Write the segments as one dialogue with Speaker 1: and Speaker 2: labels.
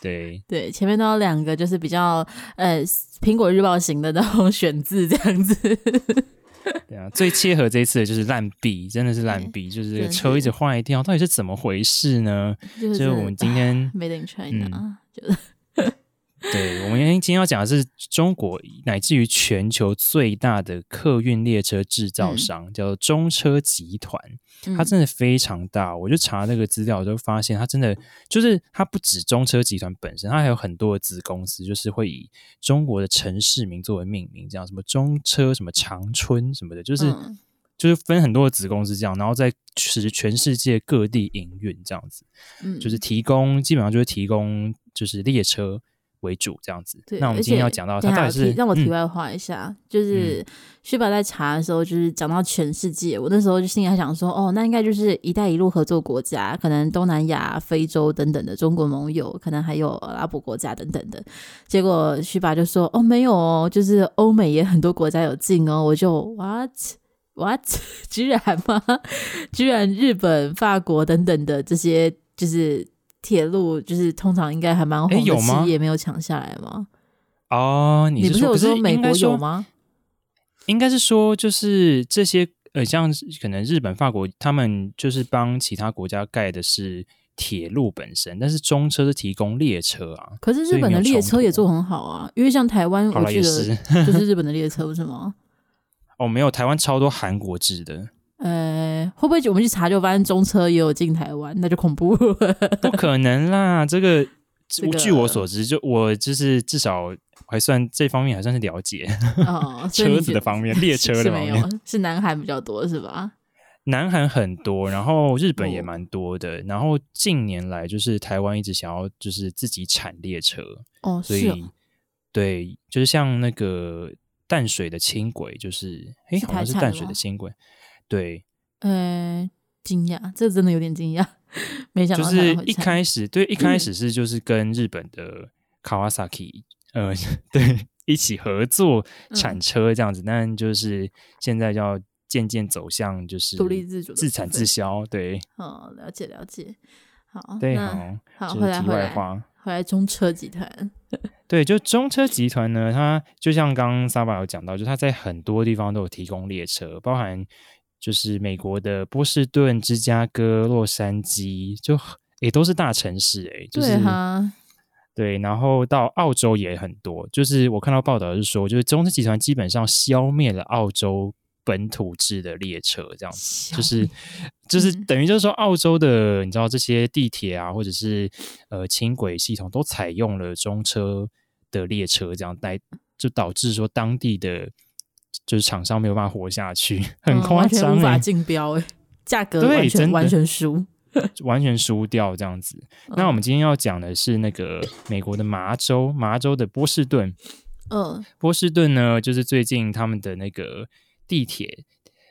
Speaker 1: 对。
Speaker 2: 对，前面都有两个就是比较呃苹果日报型的，然后选字这样子，
Speaker 1: 对啊，最切合这一次的就是烂币，真的是烂币，就是这个车一直坏掉，到底是怎么回事呢？
Speaker 2: 就啊
Speaker 1: 就是是我们今天，
Speaker 2: Made in China，、
Speaker 1: 嗯
Speaker 2: 就是
Speaker 1: 对我们今天要讲的是中国乃至于全球最大的客运列车制造商，叫做中车集团，
Speaker 2: 嗯
Speaker 1: 它真的非常大。我就查那个资料，就发现它真的就是它不止中车集团本身，它还有很多的子公司，就是会以中国的城市名作为命名，这样什么中车、什么长春什么的，就是。
Speaker 2: 嗯
Speaker 1: 就是分很多的子公司这样，然后在使全世界各地营运这样子，
Speaker 2: 嗯
Speaker 1: 就是提供基本上就是提供就是列车为主这样子
Speaker 2: 对。
Speaker 1: 那我们
Speaker 2: 而
Speaker 1: 今天
Speaker 2: 且
Speaker 1: 要讲到
Speaker 2: 等
Speaker 1: 它
Speaker 2: 一
Speaker 1: 到
Speaker 2: 下
Speaker 1: 底
Speaker 2: 我
Speaker 1: 是
Speaker 2: 提让我题
Speaker 1: 嗯
Speaker 2: 外话一下，就是旭宝在查的时候，就是讲到全世界，我那时候就心里还想说，哦，那应该就是“一带一路”合作国家，可能东南亚、非洲等等的中国盟友，可能还有阿拉伯国家等等的。结果旭宝就说，哦，没有哦，就是欧美也很多国家有进哦。我就 what what，居 然吗？ 居然日本、法国等等的这些就是。铁路就是通常应该还蛮红的
Speaker 1: 诶有吗
Speaker 2: 企业没有抢下来吗？
Speaker 1: 哦，你
Speaker 2: 你
Speaker 1: 是
Speaker 2: 不是
Speaker 1: 说
Speaker 2: 有
Speaker 1: 可是
Speaker 2: 美
Speaker 1: 应该
Speaker 2: 国有
Speaker 1: 说？
Speaker 2: 吗？
Speaker 1: 应该是说就是这些呃，像是可能日本、法国他们就是帮其他国家盖的是铁路本身，但是中车是提供列车啊。
Speaker 2: 可是
Speaker 1: 所
Speaker 2: 日
Speaker 1: 以
Speaker 2: 本
Speaker 1: 没
Speaker 2: 的
Speaker 1: 有
Speaker 2: 列
Speaker 1: 冲
Speaker 2: 车也
Speaker 1: 突
Speaker 2: 做很好啊，因为像台湾，
Speaker 1: 好
Speaker 2: 我
Speaker 1: 了
Speaker 2: 记
Speaker 1: 也
Speaker 2: 得
Speaker 1: 是
Speaker 2: 就是日本的列车，不是吗？
Speaker 1: 哦，没有台湾超多韩国制的，
Speaker 2: 呃，会不会我们去查就发现中车也有进台湾，那就恐怖了。
Speaker 1: 不可能啦！这个
Speaker 2: 这个
Speaker 1: 据我所知，就我就是至少还算这方面还算是了解。
Speaker 2: 哦，所
Speaker 1: 车
Speaker 2: 以你
Speaker 1: 子
Speaker 2: 觉
Speaker 1: 的
Speaker 2: 得
Speaker 1: 方面，列车
Speaker 2: 是
Speaker 1: 的
Speaker 2: 是
Speaker 1: 方
Speaker 2: 没
Speaker 1: 面，
Speaker 2: 有，啊是南韩比较多是吧？
Speaker 1: 南韩很多，然后日本也
Speaker 2: 哦
Speaker 1: 蛮多的。然后近年来就是台湾一直想要就是自己产列车，
Speaker 2: 哦，
Speaker 1: 所
Speaker 2: 是
Speaker 1: 以、
Speaker 2: 哦
Speaker 1: 对，就是像那个淡水的轻轨，就是诶，
Speaker 2: 是
Speaker 1: 好像是
Speaker 2: 台产的
Speaker 1: 淡水
Speaker 2: 吗
Speaker 1: 的轻轨，对，
Speaker 2: 呃，惊讶，这真的有点惊讶，没想
Speaker 1: 就
Speaker 2: 到台嗯
Speaker 1: 是
Speaker 2: 湾会
Speaker 1: 一
Speaker 2: 产
Speaker 1: 开始对，一开始是就是跟日本的 Kawasaki，呃， 对，一起合作
Speaker 2: 嗯
Speaker 1: 产车这样子，但就是现在要渐渐走向就是
Speaker 2: 独立自主的
Speaker 1: 自
Speaker 2: 部
Speaker 1: 产
Speaker 2: 分
Speaker 1: 自销，对
Speaker 2: 哦，了解了解。好，
Speaker 1: 对，
Speaker 2: 那
Speaker 1: 好，
Speaker 2: 好，
Speaker 1: 这
Speaker 2: 回
Speaker 1: 是
Speaker 2: 来
Speaker 1: 题
Speaker 2: 回
Speaker 1: 外
Speaker 2: 来
Speaker 1: 话。
Speaker 2: 回来中车集团，
Speaker 1: 对，就中车集团呢，它就像刚刚 Saba 有讲到，就它在很多地方都有提供列车，包含就是美国的波士顿、芝加哥、洛杉矶，就也都是大城市诶、就是
Speaker 2: 对哈，
Speaker 1: 对，然后到澳洲也很多，就是我看到报道是说，就是中车集团基本上消灭了澳洲本土制的列车，这样子。就是就是
Speaker 2: 嗯
Speaker 1: 等于就是说，澳洲的你知道这些地铁啊，或者是呃轻轨系统都采用了中车的列车，这样带就导致说当地的就是厂商没有办法活下去，很
Speaker 2: 嗯
Speaker 1: 夸
Speaker 2: 完全
Speaker 1: 张、
Speaker 2: 无法
Speaker 1: 欸，
Speaker 2: 竞标哎、价格
Speaker 1: 对
Speaker 2: 完
Speaker 1: 真
Speaker 2: 全
Speaker 1: 的
Speaker 2: 完全输。
Speaker 1: 完全输掉这样子。
Speaker 2: 嗯
Speaker 1: 那我们今天要讲的是那个美国的麻州，麻州的波士顿，
Speaker 2: 嗯
Speaker 1: 波士顿呢，就是最近他们的那个地铁，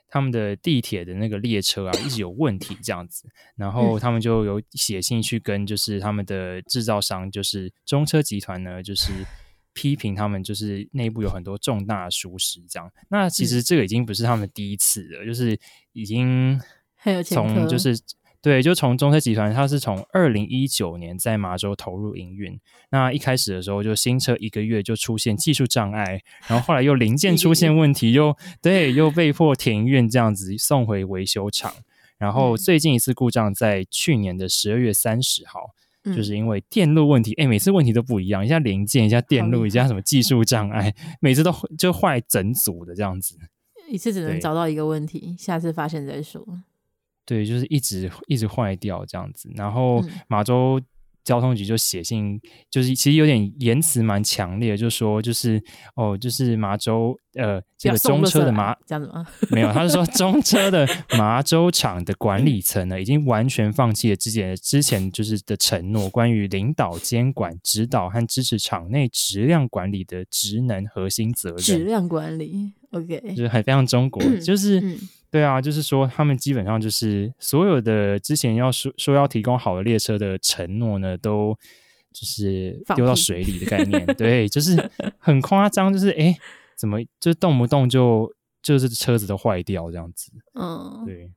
Speaker 1: 他们的地铁的那个列车啊，一直有问题这样子，然
Speaker 2: 嗯
Speaker 1: 后他们就有写信去跟就是他们的制造商，就是中车集团呢，就是。批评他们就是内部有很多重大疏失，这样。那
Speaker 2: 嗯
Speaker 1: 其实这个已经不是他们第一次了，就是已经
Speaker 2: 很有前科
Speaker 1: 从就是对，就从中车集团，它是从二零一九年在麻州投入营运。那一开始的时候，就新车一个月就出现技术障碍，然后后来又零件
Speaker 2: 一个
Speaker 1: 出现问题，又对，又被迫停运，这样子送回维修厂。然后
Speaker 2: 嗯
Speaker 1: 最近一次故障在去年的十二月三十号，
Speaker 2: 嗯
Speaker 1: 就是因为电路问题。哎，每次问题都不一样，一下零件，一下电
Speaker 2: 好厉
Speaker 1: 路，
Speaker 2: 害嗯
Speaker 1: 一下什么技术障碍，每次都就坏整组的这样子。
Speaker 2: 一次只能
Speaker 1: 对
Speaker 2: 找到一个问题，下次发现再说。
Speaker 1: 对，就是一直一直坏掉这样子。然后
Speaker 2: 嗯
Speaker 1: 马州交通局就写信，就是其实有点言辞蛮强烈的，就说就是哦，就是麻州呃这
Speaker 2: 要
Speaker 1: 个
Speaker 2: 送
Speaker 1: 中
Speaker 2: 垃圾
Speaker 1: 车的
Speaker 2: 来
Speaker 1: 麻
Speaker 2: 这样子吗？
Speaker 1: 没有，他是说中车的麻州厂的管理层呢，已经完全放弃了之前之前就是的承诺，关于领导监管、指导和支持厂内质量管理的职能核心责
Speaker 2: 质
Speaker 1: 任，
Speaker 2: 量管理，OK，
Speaker 1: 就是很非常中国，就是。
Speaker 2: 嗯
Speaker 1: 对啊，就是说他们基本上就是所有的之前要说说要提供好的列车的承诺呢，都就是
Speaker 2: 放
Speaker 1: 丢到
Speaker 2: 屁
Speaker 1: 水里的概 念。对，就是很夸张，就是诶，怎么就动不动就就是车子都坏掉这样子。
Speaker 2: 嗯，
Speaker 1: 对。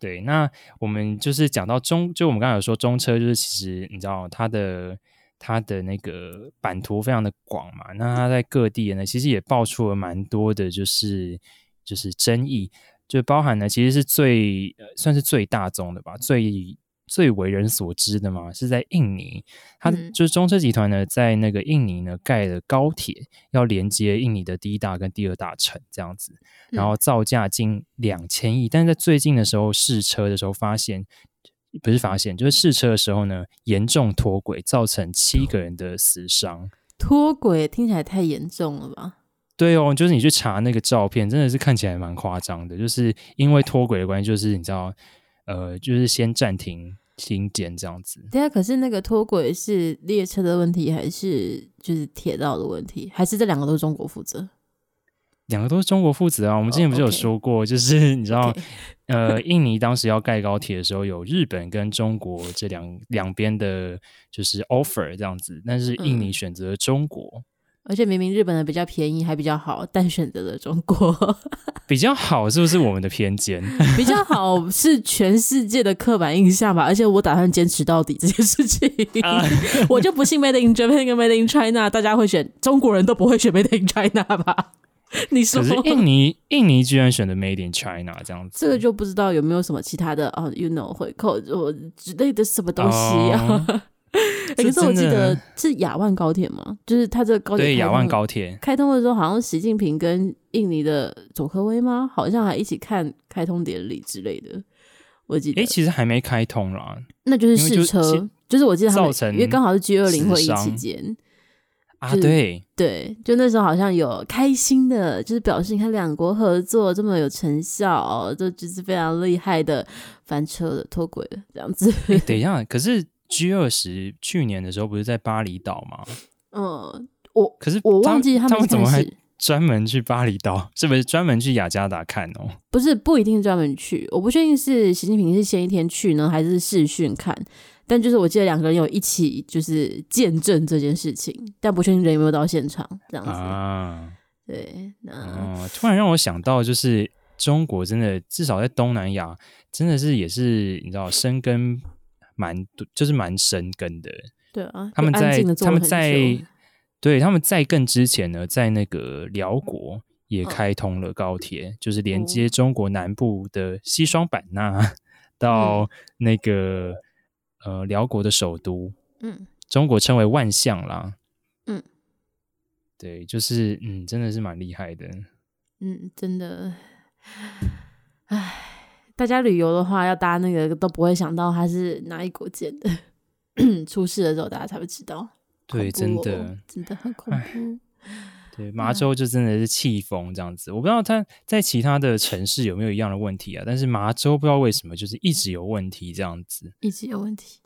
Speaker 1: 对，那我们就是讲到中，就我们刚才有说中车，就是其实你知道它的它的那个版图非常的广嘛，那它在各地呢，其实也爆出了蛮多的，就是就是争议，就包含呢其实是最、呃算是最大宗的吧，最最为人所知的嘛，是在印尼，它
Speaker 2: 嗯
Speaker 1: 就是中车集团呢在那个印尼呢盖了高铁，要连接印尼的第一大跟第二大城这样子，然
Speaker 2: 嗯
Speaker 1: 后造价近两千亿，但是在最近的时候试车的时候发现，不是发现，就是试车的时候呢，严重脱轨，造成
Speaker 2: 哦
Speaker 1: 七个人的死伤。
Speaker 2: 脱轨听起来太严重了吧？
Speaker 1: 对哦，就是你去查那个照片，真的是看起来蛮夸张的，就是因为脱轨的关系，就是你知道，呃，就是先暂停停检这样子。
Speaker 2: 对啊，可是那个脱轨是列车的问题，还是就是铁道的问题，还是这两个都是中国负责？
Speaker 1: 两个都是中国父子啊，我们之前不是有
Speaker 2: 哦，OK
Speaker 1: 说过，就是 你知道
Speaker 2: OK
Speaker 1: 呃，印尼当时要盖高铁的时候，有日本跟中国这两两边的，就是 offer 这样子，但
Speaker 2: 嗯
Speaker 1: 是印尼选择中国、
Speaker 2: 而且明明日本的比较便宜，还比较好，但选择了中国
Speaker 1: 比较好，是不是我们的偏 见？
Speaker 2: 比较好，是全世界的刻板印象吧？而且我打算坚持到底这件事情，
Speaker 1: 啊
Speaker 2: 我就不信 Made in Japan 跟 Made in China，大家会选中国人都不会选 Made in China 吧？ 你说
Speaker 1: 可是印尼印尼居然选的 Made in China 这样子，
Speaker 2: 这个就不知道有没有什么其他的哦，you know 回扣我之类的什么东西啊
Speaker 1: 哦？
Speaker 2: 欸
Speaker 1: 这
Speaker 2: 可是我
Speaker 1: 真
Speaker 2: 记
Speaker 1: 的
Speaker 2: 得是亚万高铁吗？就是它这个高铁
Speaker 1: 对
Speaker 2: 开
Speaker 1: 亚
Speaker 2: 通
Speaker 1: 万
Speaker 2: 了
Speaker 1: 高铁，
Speaker 2: 开通的时候，好像习近平跟印尼的佐科威吗？好像还一起看开通典礼之类的。我记得，
Speaker 1: 诶，其实还没开通啦
Speaker 2: 那就是
Speaker 1: 因为就
Speaker 2: 试车，
Speaker 1: 是
Speaker 2: 就是我记得他们
Speaker 1: 造，成
Speaker 2: 因为刚好是 G 二
Speaker 1: 死
Speaker 2: 零会议期
Speaker 1: 伤
Speaker 2: 间，
Speaker 1: 啊，
Speaker 2: 就是
Speaker 1: 对，
Speaker 2: 对，就那时候好像有开心的，就是表示你看两国合作这么有成效，这就是非常厉害的翻车了、脱轨了这样子。
Speaker 1: 诶等一下，可是 G 二十去年的时候不是在巴厘岛吗？
Speaker 2: 嗯，我
Speaker 1: 可是
Speaker 2: 我
Speaker 1: 他
Speaker 2: 忘记
Speaker 1: 他
Speaker 2: 们
Speaker 1: 们怎
Speaker 2: 看
Speaker 1: 么还
Speaker 2: 是
Speaker 1: 专门去巴厘岛，是不是专门去雅加达看哦？
Speaker 2: 不是不一定专门去，我不确定是习近平是先一天去呢，还是视讯看。但就是我记得两个人有一起就是见证这件事情，但不确定人有没有到现场这样子。
Speaker 1: 啊，
Speaker 2: 对，那、
Speaker 1: 哦，突然让我想到，就是中国真的，至少在东南亚，真的是也是你知道深根蛮多，就是蛮深根的。
Speaker 2: 对啊，
Speaker 1: 他们
Speaker 2: 就安
Speaker 1: 在
Speaker 2: 静地坐
Speaker 1: 他们
Speaker 2: 了很
Speaker 1: 在
Speaker 2: 久
Speaker 1: 对他们在更之前呢，在那个辽国也
Speaker 2: 嗯
Speaker 1: 开通了高铁，就是连
Speaker 2: 哦
Speaker 1: 接中国南部的西双版纳
Speaker 2: 嗯
Speaker 1: 到那个、呃辽国的首都
Speaker 2: 嗯
Speaker 1: 中国称为万象啦。
Speaker 2: 嗯，
Speaker 1: 对，就是嗯，真的是蛮厉害的。
Speaker 2: 嗯，真的，唉，大家旅游的话要搭那个都不会想到它是哪一国建的， 出事的时候大家才会知道。
Speaker 1: 对，
Speaker 2: 恐
Speaker 1: 真
Speaker 2: 怖哦
Speaker 1: 的，
Speaker 2: 真的很恐怖。
Speaker 1: 对
Speaker 2: 嗯
Speaker 1: 麻州就真的是气疯这样子。我不知道他在其他的城市有没有一样的问题啊，但是麻州不知道为什么就是一直有问题这样子。
Speaker 2: 一直有问题。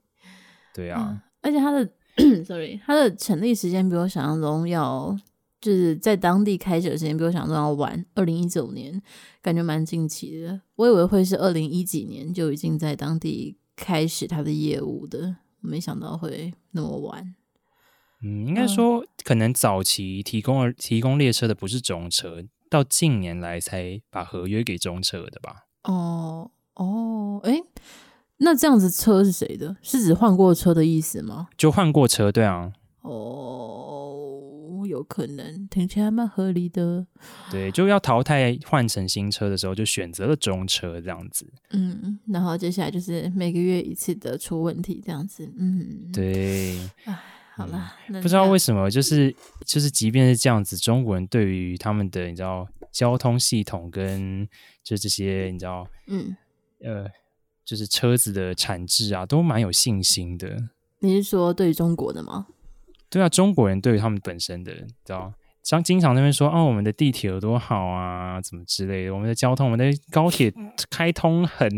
Speaker 1: 对
Speaker 2: 嗯
Speaker 1: 啊，，
Speaker 2: 而且它的 sorry，它的成立时间比我想象中要，就是在当地开始的时间比我想象中要晚，二零一九年，感觉蛮近期的。我以为会是二零一几年就已经在当地开始它的业务的，没想到会那么晚。
Speaker 1: 嗯，应该
Speaker 2: 嗯
Speaker 1: 说可能早期提供了提供列车的不是中车，到近年来才把合约给中车的吧？
Speaker 2: 哦哦，诶，那这样子车是谁的？是指换过车的意思吗？
Speaker 1: 就换过车，对啊，
Speaker 2: 哦，有可能，听起来蛮合理的。
Speaker 1: 对，就要淘汰换成新车的时候，就选择了中车这样子。
Speaker 2: 嗯，然后接下来就是每个月一次的出问题这样子，嗯，，
Speaker 1: 对，嗯
Speaker 2: 好啦，那
Speaker 1: 不知道为
Speaker 2: 什
Speaker 1: 什么，就是就是，即便是这样子，中国人对于他们的你知道交通系统跟就这些你知道
Speaker 2: 嗯
Speaker 1: 呃，就是车子的产制啊，都蛮有信心的。
Speaker 2: 你是说对于中国的吗？
Speaker 1: 对啊，中国人对于他们本身的，你知道，像经常那边说，哦，我们的地铁有多好啊，怎么之类的，我们的交通，我们的高铁开通很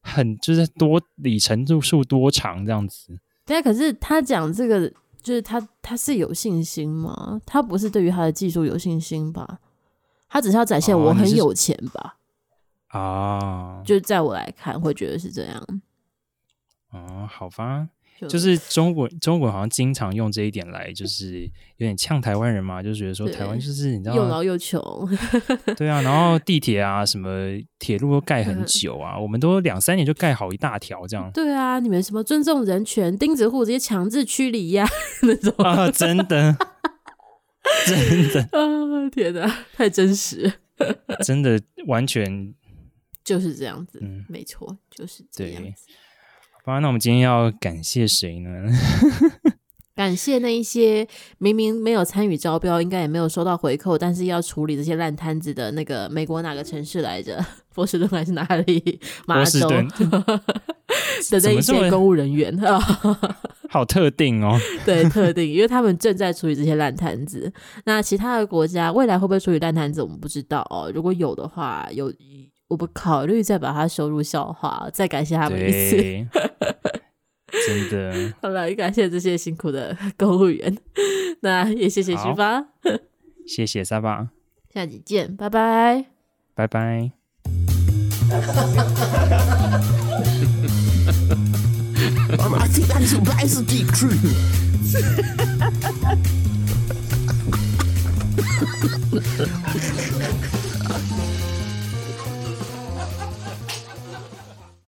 Speaker 1: 很就是多里程度数多长这样子。
Speaker 2: 对啊，可是他讲这个，就是他他是有信心吗？他不是对于他的技术有信心吧？他只是要展现
Speaker 1: 哦
Speaker 2: 我
Speaker 1: 你
Speaker 2: 很
Speaker 1: 是
Speaker 2: 有钱吧？
Speaker 1: 啊，
Speaker 2: 就是在我来看，会觉得是这样。
Speaker 1: 哦，好吧，
Speaker 2: 就
Speaker 1: 就是中国中国好像经常用这一点来，就是有点呛台湾人嘛，就觉得说
Speaker 2: 对
Speaker 1: 台湾就是你知
Speaker 2: 又
Speaker 1: 道，
Speaker 2: 老又穷，
Speaker 1: 对啊，然后地铁啊什么铁路都盖很久 啊，我们都两三年就盖好一大条这样
Speaker 2: 对啊，你们什么尊重人权、钉子户直接强制驱离呀、 那种，
Speaker 1: 啊，真 的，真的，
Speaker 2: 啊，天哪，太真实，
Speaker 1: 真的完全
Speaker 2: 就是这样子，
Speaker 1: 嗯
Speaker 2: 没错，就是这样
Speaker 1: 对
Speaker 2: 子。
Speaker 1: 好吧。那我们今天要感谢谁呢？
Speaker 2: 感谢那一些明明没有参与招标，应该也没有收到回扣，但是要处理这些烂摊子的那个美国哪个城市来着？ 波士顿还是哪里？马
Speaker 1: 波士
Speaker 2: 州
Speaker 1: 顿
Speaker 2: 的那
Speaker 1: 怎
Speaker 2: 一
Speaker 1: 么这么
Speaker 2: 些公务人员 啊，
Speaker 1: 好特定哦，
Speaker 2: 对，特定，因为他们正在处理这些烂摊子。那其他的国家未来会不会处理烂摊子，我们不知道哦。如果有的话，有我们考虑再把它收入笑话，再感谢他们一次。
Speaker 1: 对，真的，
Speaker 2: 好了，也感谢这些辛苦的 公务员，那也谢谢
Speaker 1: 好
Speaker 2: 徐发，
Speaker 1: 谢谢沙巴，
Speaker 2: 下集见，拜拜。
Speaker 1: 拜拜。
Speaker 3: I think that is a, that is a deep truth.